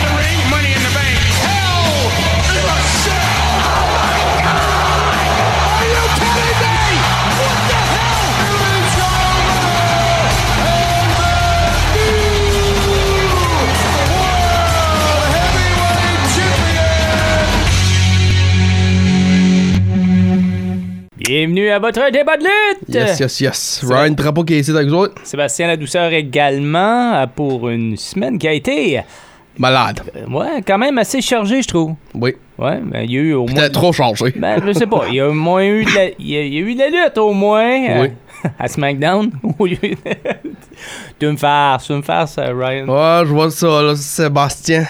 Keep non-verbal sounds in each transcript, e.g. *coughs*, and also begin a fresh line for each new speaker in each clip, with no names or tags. the ring, money in the bank. Hell in a cell. Are you kidding me? What the hell?
Bienvenue à votre débat de lutte!
Yes, yes, yes. Ah, Ryan Drapeau qui est ici avec nous autres.
Sébastien La Douceur également euh, pour une semaine qui a été, euh,
Malade.
ouais, quand même assez chargée, je trouve.
Oui.
Ouais, ben, il y a eu au moins.
T'as trop chargé.
Ben, je sais pas, il y a au moins eu de la, il y a, il y a eu de la lutte au moins. euh, *laughs* à SmackDown, au lieu de. Tu veux me farce, tu veux me farce, euh, Ryan.
Ouais, je vois ça, là, Sébastien.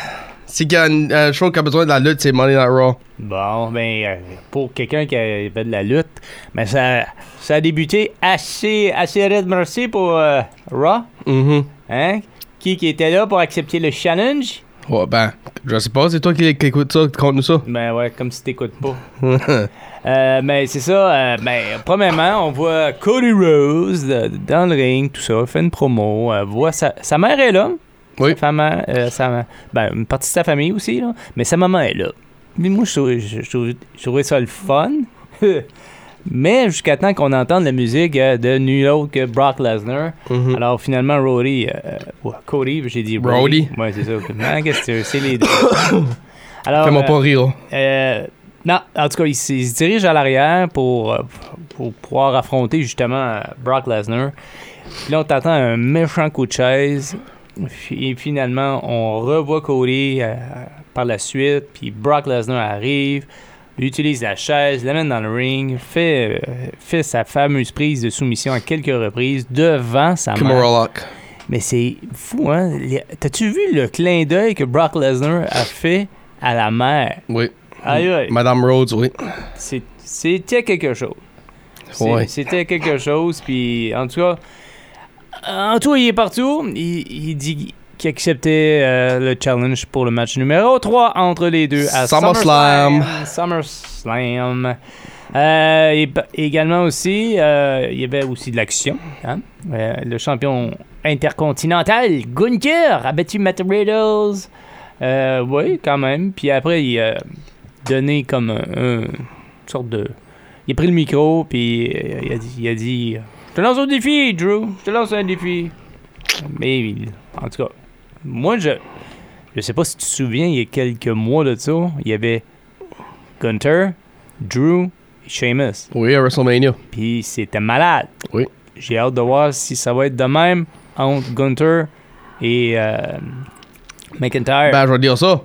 Si qu'il y a une- un show qui a besoin de la lutte, c'est Money Night Raw.
Bon, ben, euh, pour quelqu'un qui avait de la lutte, mais ça, ça a débuté assez, assez rythme aussi pour euh, Raw.
Mhm.
Hein? Qui, qui était là pour accepter le challenge?
Ouais, ben, je sais pas, c'est toi qui, qui écoute ça, qui compte nous ça.
Ben ouais, comme si t'écoutes
*laughs*
pas. Euh, ben c'est ça. euh, ben, premièrement, on voit Cody Rose euh, dans le ring, tout ça, fait une promo, euh, voit sa, sa mère est là.
Oui.
Sa femme, euh, sa- ben, une partie de sa famille aussi, là. Mais sa maman est là. Mais moi, je trouvais, je, je trouvais- je trouvais ça le fun. *laughs* Mais jusqu'à temps qu'on entende la musique euh, de nul autre que Brock Lesnar.
Mhm.
Alors finalement, Roddy, euh, ouais, Cody, j'ai dit Roddy.
Roddy.
Ouais, c'est
*laughs*
ça. Ah, qu'est-ce que tu- c'est les
*coughs*
deux. Alors,
Fais-moi
euh,
pas rire.
euh, non, en tout cas, il, s- il se dirige à l'arrière pour, euh, pour pouvoir affronter justement euh, Brock Lesnar. Puis là, on t'attend un méchant coup de chaise. Fi- Et finalement, on revoit Cody euh, par la suite. Puis Brock Lesnar arrive, utilise la chaise, l'amène dans le ring, fait, euh, fait sa fameuse prise de soumission à quelques reprises devant sa mère.
Kimura Lock.
Mais c'est fou, hein? Les- T'as-tu vu le clin d'œil que Brock Lesnar a fait à la mère?
Oui.
Aïe, aïe.
Madame Rhodes, oui.
C'est- C'était quelque chose. C'est-
Ouais.
C'était quelque chose, puis en tout cas, en tout, il est partout. Il, il dit qu'il acceptait euh, le challenge pour le match numéro 3 entre les deux à
SummerSlam.
SummerSlam. SummerSlam. Euh, et pa- également aussi, euh, il y avait aussi de l'action. hein. Euh, le champion intercontinental, Gunther, a battu Matt Riddles. Euh, oui, quand même. Puis après, il a donné comme un, un- une sorte de. Il a pris le micro, puis euh, il a dit, il a dit Je te lance un défi, Drew. Je te lance un défi. Mais il- en tout cas, moi, je. Je sais pas si tu te souviens, il y a quelques mois de ça, il y avait Gunter, Drew et Sheamus.
Oui, à WrestleMania.
Puis c'était malade.
Oui.
J'ai hâte de voir si ça va être de même entre Gunter et euh, McIntyre.
Ben, je vais te dire ça.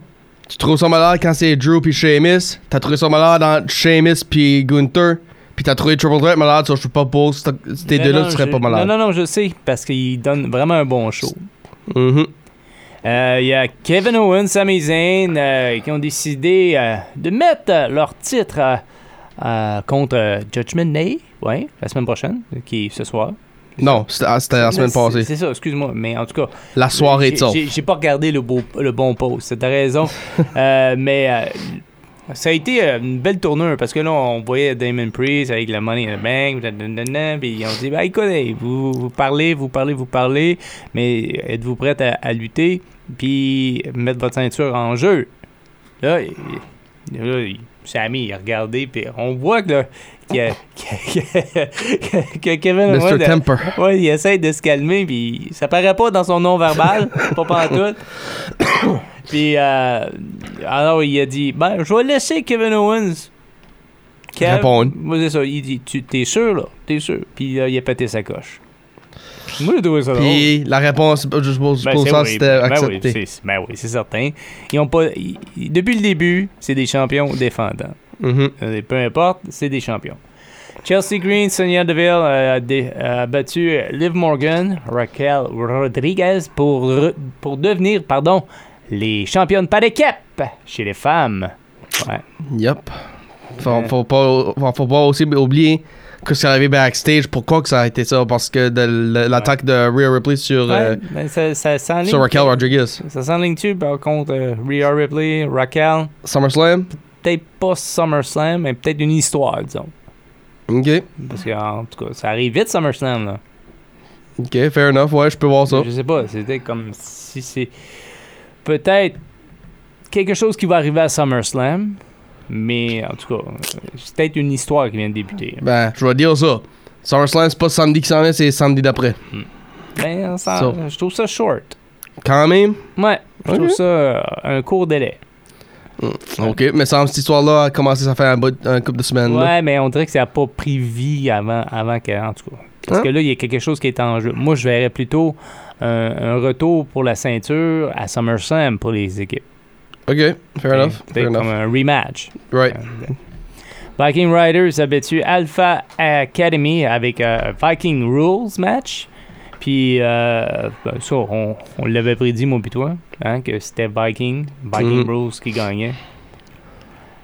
Tu trouves ça malade quand c'est Drew puis Sheamus. T'as trouvé ça malade dans Sheamus puis Gunther. Puis t'as trouvé Triple Threat malade, ça je suis pas pour. Si t'as- si t'es
Non,
deux là,
non,
tu serais
je-
pas malade.
Non, non, non, je sais, parce qu'il donne vraiment un bon show.
Mhm.
Euh, Il y a Kevin Owens, Sami Zayn, euh, qui ont décidé euh, de mettre euh, leur titre euh, euh, contre euh, Judgment Day, ouais, la semaine prochaine, qui est ce soir.
Non, c'était c'était la semaine
C'est-
passée.
C'est ça, excuse-moi, mais en tout cas,
La soirée de
j'ai-
ça.
j'ai- J'ai pas regardé le, beau, le bon post, t'as
*laughs*
raison. Euh, mais euh, ça a été euh, une belle tournure parce que là, on voyait Damon Priest avec la Money in the Bank, blablabla, puis on dit, bah écoutez, vous, vous parlez, vous parlez, vous parlez, mais êtes-vous prête à, à lutter puis mettre votre ceinture en jeu? Là, il- il- là, il- Sammy, il a regardé, puis on voit que, là, *laughs* que, que- que- que Kevin
Mr.
Owens, euh,
Temper.
Ouais, il essaie de se calmer, puis ça paraît pas dans son nom
*laughs*
verbal, pas pantoute.
*coughs*
puis, euh, alors il a dit Ben, je vais laisser Kevin Owens. Kev-
Répondre.
Moi, c'est ça. Il dit Tu t'es sûr, là T'es sûr. Puis, euh, il a pété sa coche. Moi, j'ai trouvé ça drôle.
Puis la réponse, je suppose,
Ben,
pour
c'est
ça,
oui,
c'était
ben
accepté.
oui, c'est- ben oui, c'est certain. Ils ont pas, ils- ils- depuis le début, c'est des champions défendants.
Mhm.
Euh, Peu importe, c'est des champions. Chelsea Green, Sonia Deville euh, a, dé- a battu Liv Morgan, Raquel Rodriguez pour, re- pour devenir pardon, les championnes par équipe chez les femmes. Ouais.
Yep. Faut, faut, pas, faut, faut pas aussi oublier qu'est-ce qui est arrivé backstage, pourquoi que ça a été ça, parce que de l- l'attaque de Rhea Ripley sur, euh,
Ouais, ben, ça, ça s'enligne.
sur Raquel Rodriguez.
Ça s'enligne-tu, par contre, euh, Rhea Ripley, Raquel,
SummerSlam,
peut-être pas SummerSlam, mais peut-être une histoire, disons.
ok,
Parce que, en tout cas, ça arrive vite, SummerSlam, là.
ok, fair enough, ouais, je peux voir ça.
Je sais pas, c'était comme si c'est. Peut-être quelque chose qui va arriver à SummerSlam, mais en tout cas, euh, c'est peut-être une histoire qui vient de débuter.
Ben, je vais dire ça. SummerSlam, c'est pas samedi qui s'en est, c'est samedi d'après.
Ben, ça-
Ça.
je trouve ça short.
Quand même,
Ouais, je trouve
Ok.
ça euh, un court délai.
ok, mais semble cette histoire-là a commencé, ça fait un, bout, un couple de semaines. là.
Ouais, mais on dirait que ça n'a pas pris vie avant, avant que. En tout cas. Parce
Hein?
que là, il y a quelque chose qui est en jeu. Moi, je verrais plutôt un, un retour pour la ceinture à SummerSlam pour les équipes.
Ok, fair enough,
Peut-être
fair
comme
enough.
un rematch.
Right.
Euh, Viking Riders a battu Alpha Academy avec un Viking Rules match. Puis, euh, ben, ça, on, on l'avait prédit, mon pis toi, hein, que c'était Viking, Viking
Mhm.
Rules qui gagnait.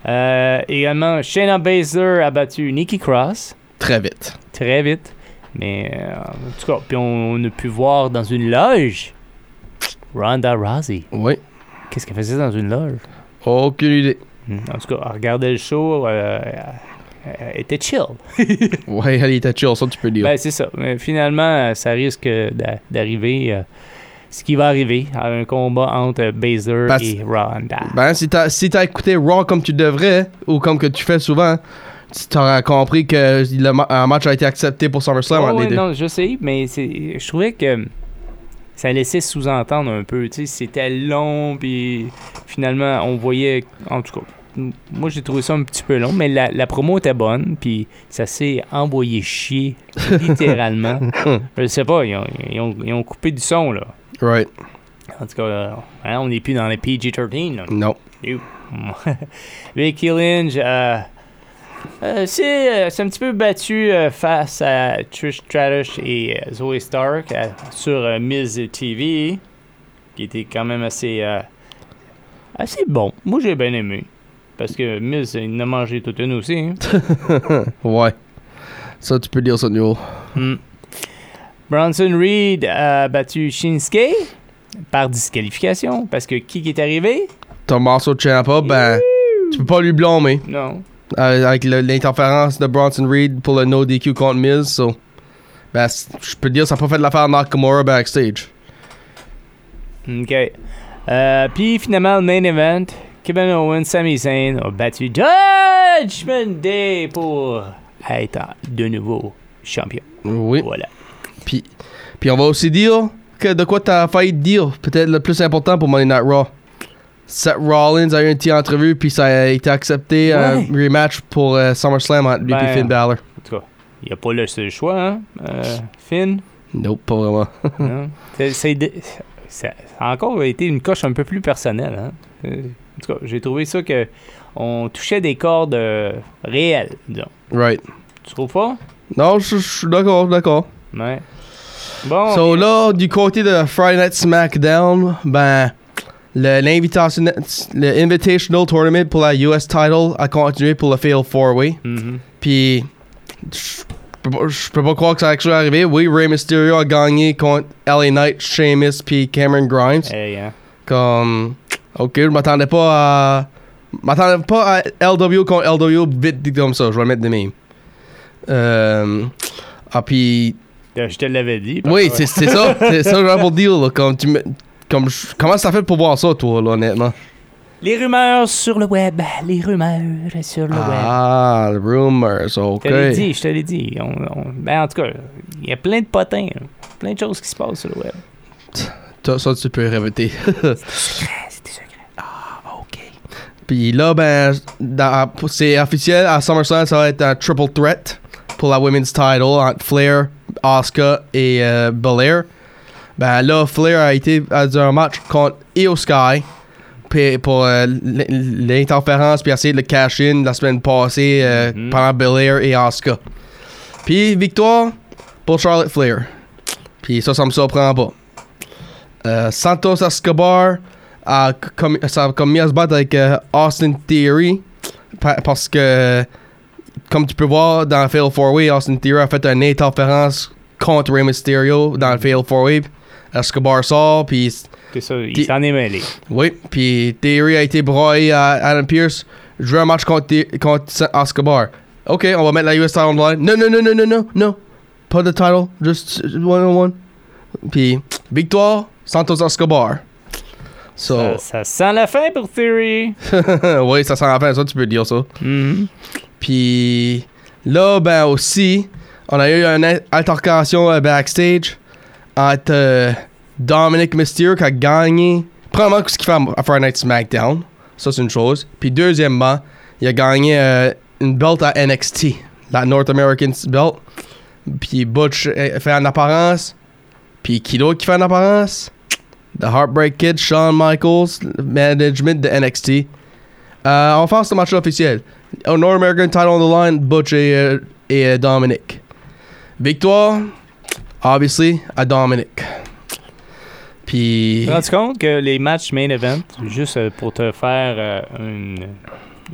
Euh, également, Shayna Baszler a battu Nikki Cross
Très vite.
très vite. Mais, euh, en tout cas, puis on, on a pu voir dans une loge Ronda Rousey.
Oui.
Qu'est-ce qu'elle faisait dans une loge?
Aucune idée.
Mm. En tout cas, elle regardait le show, euh, elle était chill.
Ouais, *laughs* elle était chill, ça tu peux dire.
Ben, c'est ça. Mais finalement, euh, ça risque euh, d'a- d'arriver. euh, ce qui va arriver à un combat entre Baszler
Parce-
et Ronda.
Ben, si t'as si t'as écouté Raw comme tu devrais, ou comme que tu fais souvent, tu t'auras compris que le ma- un match a été accepté pour SummerSlam hein,
Ouais,
entre
ouais,
les deux.
non, je sais, mais c'est- je trouvais que ça laissait sous-entendre un peu. Tu sais, c'était long, puis finalement, on voyait. En tout cas, m- moi, j'ai trouvé ça un petit peu long, mais la, la promo était bonne, puis ça s'est envoyé chier, littéralement. je sais pas, ils ont, ils ont- ils ont coupé du son, là.
Right.
En tout cas, euh, hein, on n'est plus dans les PG-13, là.
Non.
*laughs* Vicky Lynch euh, euh, c'est, euh, c'est un petit peu battu euh, face à Trish Stratus et euh, Zoe Stark euh, sur euh, Miz TV, qui était quand même assez, euh, assez bon. Moi, j'ai bien aimé. Parce que Miz, il en a mangé toute une aussi. hein.
Ouais. Ça, tu peux dire ça, Newell.
Mm. Bronson Reed a battu Shinsuke par disqualification. Parce que qui qui est arrivé?
Tommaso Ciampa, ben, tu peux pas lui blâmer.
Non.
Euh, Avec le- l'interférence de Bronson Reed pour le no DQ contre Miz, so. Ben, c- je peux dire, ça a pas fait de l'affaire Nakamura backstage.
OK. Euh, puis finalement, le main event, Kevin Owens, Sami Zayn ont battu Judgment Day pour être de nouveau champion.
Oui.
Voilà.
Puis, puis on va aussi dire que de quoi t'as failli te dire, peut-être le plus important pour Monday Night Raw. Seth Rollins a eu une petite entrevue, puis ça a été accepté un
Ouais.
rematch pour euh, SummerSlam entre lui et
Ben.
Finn Balor.
En tout cas, il n'y a pas le seul choix, hein? euh, Finn.
*laughs* Nope, pas vraiment.
non? C'est- c'est de- Ça ça a encore été une coche un peu plus personnelle. Hein? Euh, En tout cas, j'ai trouvé ça que on touchait des cordes euh, réelles, disons.
Right.
Tu trouves pas?
Non, je je suis d'accord, je suis d'accord.
Ouais. Bon.
So là, du côté de Friday Night SmackDown, ben, le- l'invitation- le Invitational Tournament pour la US title a continué pour le Fail 4-Way.
Mhm.
Puis, je peux pas- je peux pas croire que ça a actuellement arrivé. Oui, Rey Mysterio a gagné contre LA Knight, Sheamus, puis Cameron Grimes.
Hey, hein.
Comme, ok, je m'attendais pas à. Je m'attendais pas à LW contre LW vite dit comme ça. Je vais le mettre de même. Euh, ah, puis.
Euh, Je te l'avais dit. parce
Oui,
que-
c'est c'est ça. C'est ça, j'avais pour dire. là, comme tu me- comme, je- comment ça fait pour voir ça, toi, là, honnêtement?
Les rumeurs sur le
Eh
web.
ben,
Les rumeurs sur le web.
Ah, the rumors, ok.
Je te l'ai dit, je te l'ai dit. On- on- ben, en tout cas, il y a plein de potins. là. Plein de choses qui se passent sur le web.
Ça, ça, tu peux répéter.
C'était secret.
Puis là, ben, dans- c'est officiel, à SummerSlam, ça va être un triple threat pour la women's title entre Flair, Asuka et euh, Belair. Ben là, Flair a été à un match contre Io Sky puis pour euh, l- l'interférence puis essayer de le cash-in la semaine passée euh,
Mhm.
pendant Belair et Asuka. Puis victoire pour Charlotte Flair. Puis ça, ça me surprend pas. Euh, Santos Escobar a commis, ça a commis à se battre avec euh, Austin Theory pa- parce que Comme tu peux voir dans le Fail 4-Way, Austin Theory a fait une interférence contre Rey Mysterio dans le Fail 4-Way. Escobar sort, puis
C'est ça, il
T'es-
s'en est mêlé.
oui, puis Theory a été broyé à Adam Pierce. Jouer un match contre, Thé- contre Sa- Escobar. Ok, on va mettre la US title on the line. Non, non, non, non, non, non, non. Pas de title, juste one-on-one. Puis, victoire, Santos Escobar. So,
Ça, ça sent la fin pour Theory.
*laughs* oui, ça sent la fin, ça, tu peux dire ça.
Mhm.
Puis là, ben aussi, on a eu une altercation euh, backstage entre euh, Dominic Mysterio qui a gagné. Premièrement, ce qu'il fait à à Friday Night SmackDown. Ça, c'est une chose. Puis deuxièmement, il a gagné euh, une belt à NXT, la North American belt. Puis Butch euh, fait en apparence. Puis qui d'autre qui fait en apparence? The Heartbreak Kid, Shawn Michaels, management de NXT. Euh, on fait ce match officiel. Un North American title on the line, Butch et, euh, et euh, Dominic. Victoire, obviously, à Dominic. Puis.
Tu te rends compte que les matchs main event, juste euh, pour te faire euh, une,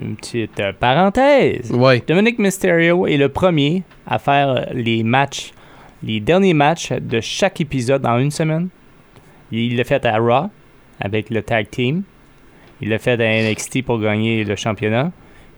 une petite euh, parenthèse,
Ouais.
Dominic Mysterio est le premier à faire euh, les matchs, les derniers matchs de chaque épisode en une semaine. Il l'a fait à Raw avec le tag team. Il l'a fait à NXT pour gagner le championnat.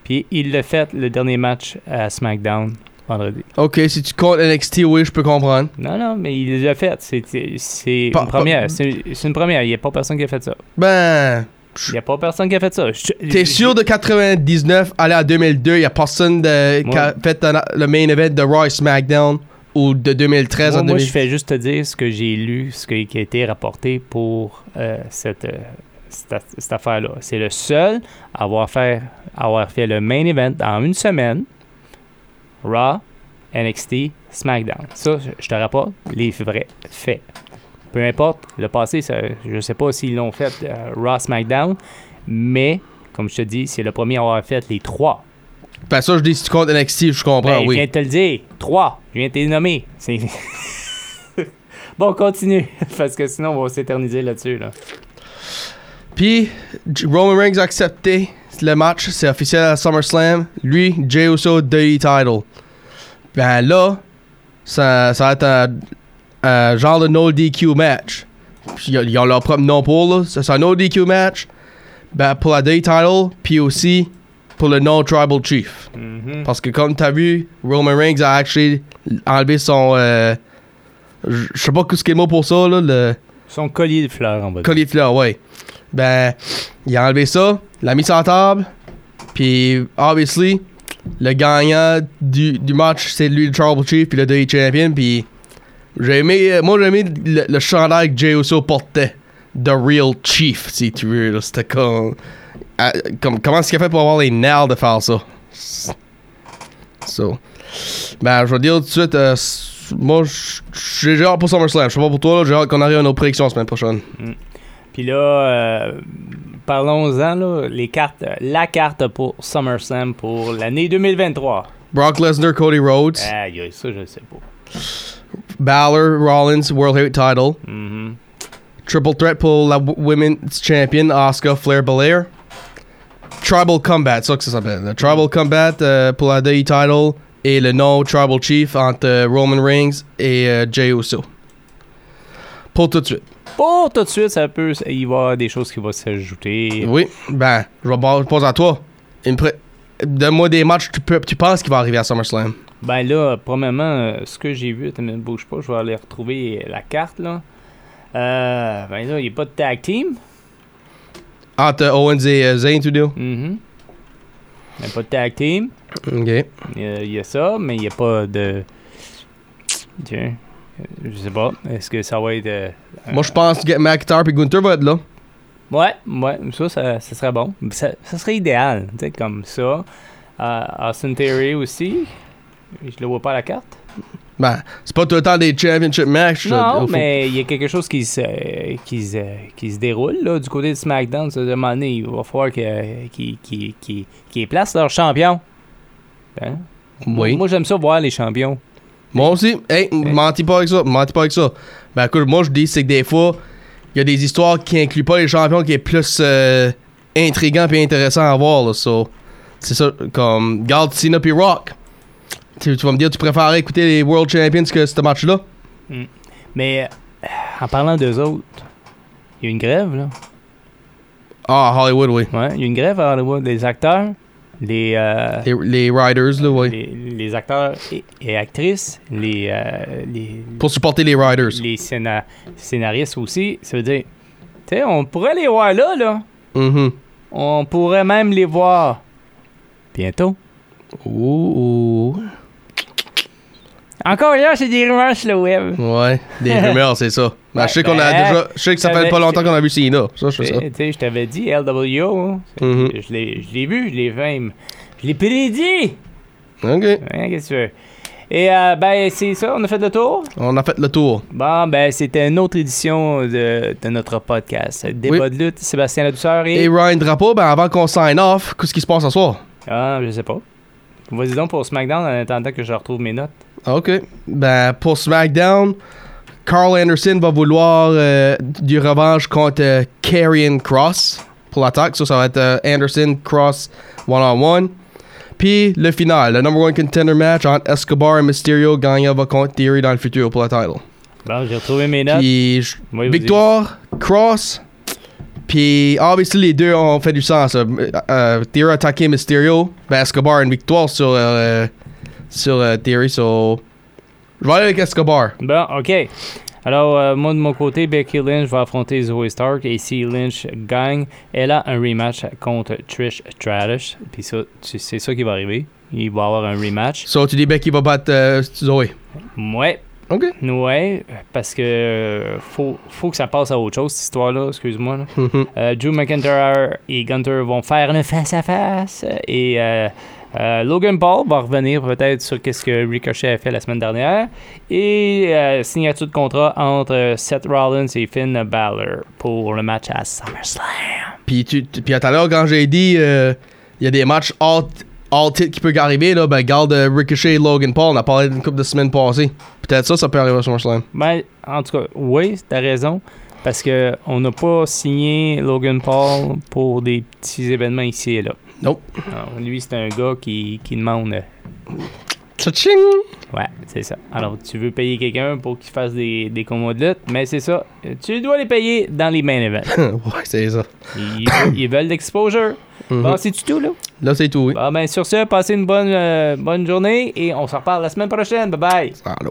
Puis il l'a fait le dernier match à SmackDown vendredi.
Ok, si tu comptes NXT, oui, je peux comprendre.
Non, non, mais il l'a fait. C'est- C'est c'est
Pas-
une première. C'est c'est une première. Il n'y a pas personne qui a fait ça.
Ben.
Il n'y a pas personne qui a fait ça. Je-
T'es sûr de 99, aller à 2002, y a personne de, qui a fait un- le main event de Raw et SmackDown ou de 2013
Moi,
en
moi,
2000.
je fais juste te dire ce que j'ai lu, ce que- qui a été rapporté pour euh, cette, euh, cette, cette affaire-là. C'est le seul à avoir fait, à avoir fait le main event en une semaine. Raw, NXT, SmackDown. Ça, je- je te rapporte les vrais faits. Peu importe, le passé, ça- je ne sais pas s'ils l'ont fait euh, Raw, SmackDown, mais comme je te dis, c'est le premier à avoir fait les trois.
Ben, ça, je dis, si tu comptes NXT, je comprends,
Ben, Je viens
oui.
de te le dire. Trois. Je viens de te les nommer. C'est- *laughs* bon, continue. *laughs* Parce que sinon, on va s'éterniser là-dessus. Là.
Puis, J- Roman Reigns a accepté le match, c'est officiel à SummerSlam. Lui, Jey Uso, Dirty Title. Ben là, ça, ça va être un, un genre de no DQ match. Puis, Ils ont ils ont leur propre nom pour, là. Ça, C'est un no DQ match ben, pour la Dirty Title, puis aussi pour le No Tribal Chief.
Mhm.
Parce que comme t'as vu, Roman Reigns a actually enlevé son... euh, Je je sais pas ce qu'il y a le mot pour ça, là, le
Son collier de fleurs, en bas.
cauliflower, ouais. Ben, il a enlevé ça, l'a mis sur la table, puis, obviously, le gagnant du, du match, c'est lui, le Trouble Chief, puis le Day Champion, puis j'ai aimé, euh, moi j'ai aimé le, le chandail que Jey Uso portait, The Real Chief, si tu veux, là, c'était comme, à- comme- comment est-ce qu'il a fait pour avoir les nerfs de faire ça? So, ben, je vais dire tout de suite, euh, s- moi, j- j'ai j'ai hâte pour SummerSlam, je sais pas pour toi, là, j'ai hâte qu'on arrive à nos prédictions la semaine prochaine.
Puis là, euh, parlons-en. là, Les cartes, euh, la carte pour SummerSlam pour l'année 2023.
Brock Lesnar, Cody Rhodes,
Aïe, aïe, ça, je le sais pas.
Balor, Rollins, World Heavyweight Title,
Mhm.
Triple Threat pour la w- Women's Champion, Asuka, Flair, Belair, Tribal Combat, ça que ça s'appelle. Le Tribal Combat euh, pour la DI Title et le No Tribal Chief entre euh, Roman Reigns et euh, Jey Uso. Pour tout de suite.
Pour tout de suite, ça peut, il va y avoir des choses qui vont s'ajouter.
Oui, ben, je vais pas- je pose à toi. Une pré- Donne-moi des matchs que tu, peux- tu penses qui va arriver à SummerSlam.
Ben là, premièrement, euh, ce que j'ai vu, ne bouge pas, je vais aller retrouver la carte là. Euh, ben là, il n'y a pas de tag team.
Entre euh, Owens et euh, Zayn, tu dis? Ok.
Mhm. Il n'y a pas de tag team. Il y a- il y, a ça, mais il n'y a pas de. Tiens. euh, Je sais pas. Est-ce que ça va être. euh,
Moi, je pense que McIntyre et Gunther vont être là.
Ouais, ouais, ça, ça, ça serait bon. Ça, ça serait idéal, tu sais, comme ça. Euh, Austin Theory aussi. Je le vois pas à la carte.
Ben, c'est pas tout le temps des championship matchs. là,
Non,
au fond.
mais il y a quelque chose qui se, euh, qui se, qui se déroule là, du côté de SmackDown. Ça, à un moment donné, il va falloir que- qu'ils qu'ils- qu'ils- qu'ils placent leurs champions. Hein?
Oui.
Moi, j'aime ça voir les champions.
Moi aussi. Hey, mentis pas avec ça. Mentis pas avec ça. Ben, écoute, moi, je dis, c'est que des fois, il y a des histoires qui incluent pas les champions qui est plus euh, intriguant puis intéressant à voir, là. So, c'est ça, comme, garde Cena puis Rock. Tu, tu vas me dire, tu préfères écouter les World Champions que ce match-là?
Mais euh, en parlant d'eux autres, il y a une grève, là.
Ah, Hollywood, oui.
Ouais, il y a une grève à Hollywood. Les acteurs, les, euh,
Les, les Riders, là, oui.
les, les acteurs et, et actrices, les, euh, les,
Pour supporter les Riders.
les scéna- scénaristes aussi. Ça veut dire, tu sais, on pourrait les voir là, là.
Mhm.
On pourrait même les voir bientôt.
Ouh, ouh.
Encore là, c'est des rumeurs sur le web.
Ouais, *laughs* des rumeurs, c'est ça. Mais
Ouais,
je sais qu'on
ben,
a déjà. Je sais que ça
j'avais-
fait pas longtemps qu'on a vu Cena. Ça, je
Tu
sais ça.
sais, tu sais, je t'avais dit, LWO, hein.
Mhm.
je l'ai je l'ai vu, je l'ai même. Je l'ai prédit!
Ok.
Hein, qu'est-ce que tu veux? Et euh, ben, c'est ça, on a fait le tour.
On a fait le tour.
Bon, ben, c'était une autre édition de, de notre podcast. Débat
Oui.
de lutte, Sébastien Ladouceur et.
Et Ryan Drapeau, ben avant qu'on sign off, qu'est-ce qui se passe ce soir?
Ah, je sais pas. Vas-y donc pour SmackDown en attendant que je retrouve mes notes.
Ah, Ok. Ben pour SmackDown, Carl Anderson va vouloir euh, du revanche contre euh, Karrion Cross pour l'attaque. Ça, ça va être euh, Anderson Cross one-on-one. Puis le final, le number one contender match entre Escobar et Mysterio gagnant va contre Theory dans le futur pour la title.
Bon, j'ai retrouvé mes notes.
Puis je-
Oui, vas-y.
victoire, cross. Puis, obviously, les deux ont fait du sens. Euh, euh, Theory a attaqué Mysterio. Ben, Escobar a une victoire sur, euh, sur euh, Theory. So, je vais aller avec Escobar.
Bon, ok. Alors, euh, moi de mon côté, Becky Lynch va affronter Zoe Stark et si Lynch gagne, elle a un rematch contre Trish Stratus. Puis ça, tu- c'est ça qui va arriver. Il va y avoir un rematch.
So, tu dis Becky va battre euh, Zoé. *laughs*
Ouais,
OK.
ouais, parce que euh, faut, faut que ça passe à autre chose, cette histoire-là, excuse-moi. là.
Mhm.
Euh, Drew McIntyre et Gunter vont faire un face-à-face et euh, euh, Logan Paul va revenir peut-être sur quest ce que Ricochet a fait la semaine dernière et euh, signature de contrat entre euh, Seth Rollins et Finn Balor pour le match à SummerSlam.
Puis, tu, tu- puis, tout à l'heure, quand j'ai dit euh, il y a des matchs all, all tit qui peuvent arriver, là, ben, garde euh, Ricochet et Logan Paul. On a parlé d'une couple de semaines passées. Peut-être ça, ça peut arriver à SummerSlam.
Ben, en tout cas, oui, t'as raison parce que on n'a pas signé Logan Paul pour des petits événements ici et là.
Nope.
Alors, lui, c'est un gars qui, qui demande
Cha-ching!
Ouais, c'est ça. Alors, tu veux payer quelqu'un pour qu'il fasse des, des combos de lutte, mais c'est ça. Tu dois les payer dans les main events.
*laughs* ouais, c'est ça. *coughs* Mhm.
Ils, ils veulent l'exposure. Bon, c'est-tu tout, là? Bah,
Là, c'est tout, oui.
Bon, ben, sur ce, passez une bonne, euh, bonne journée et on se reparle la semaine prochaine. Bye-bye!
Allô.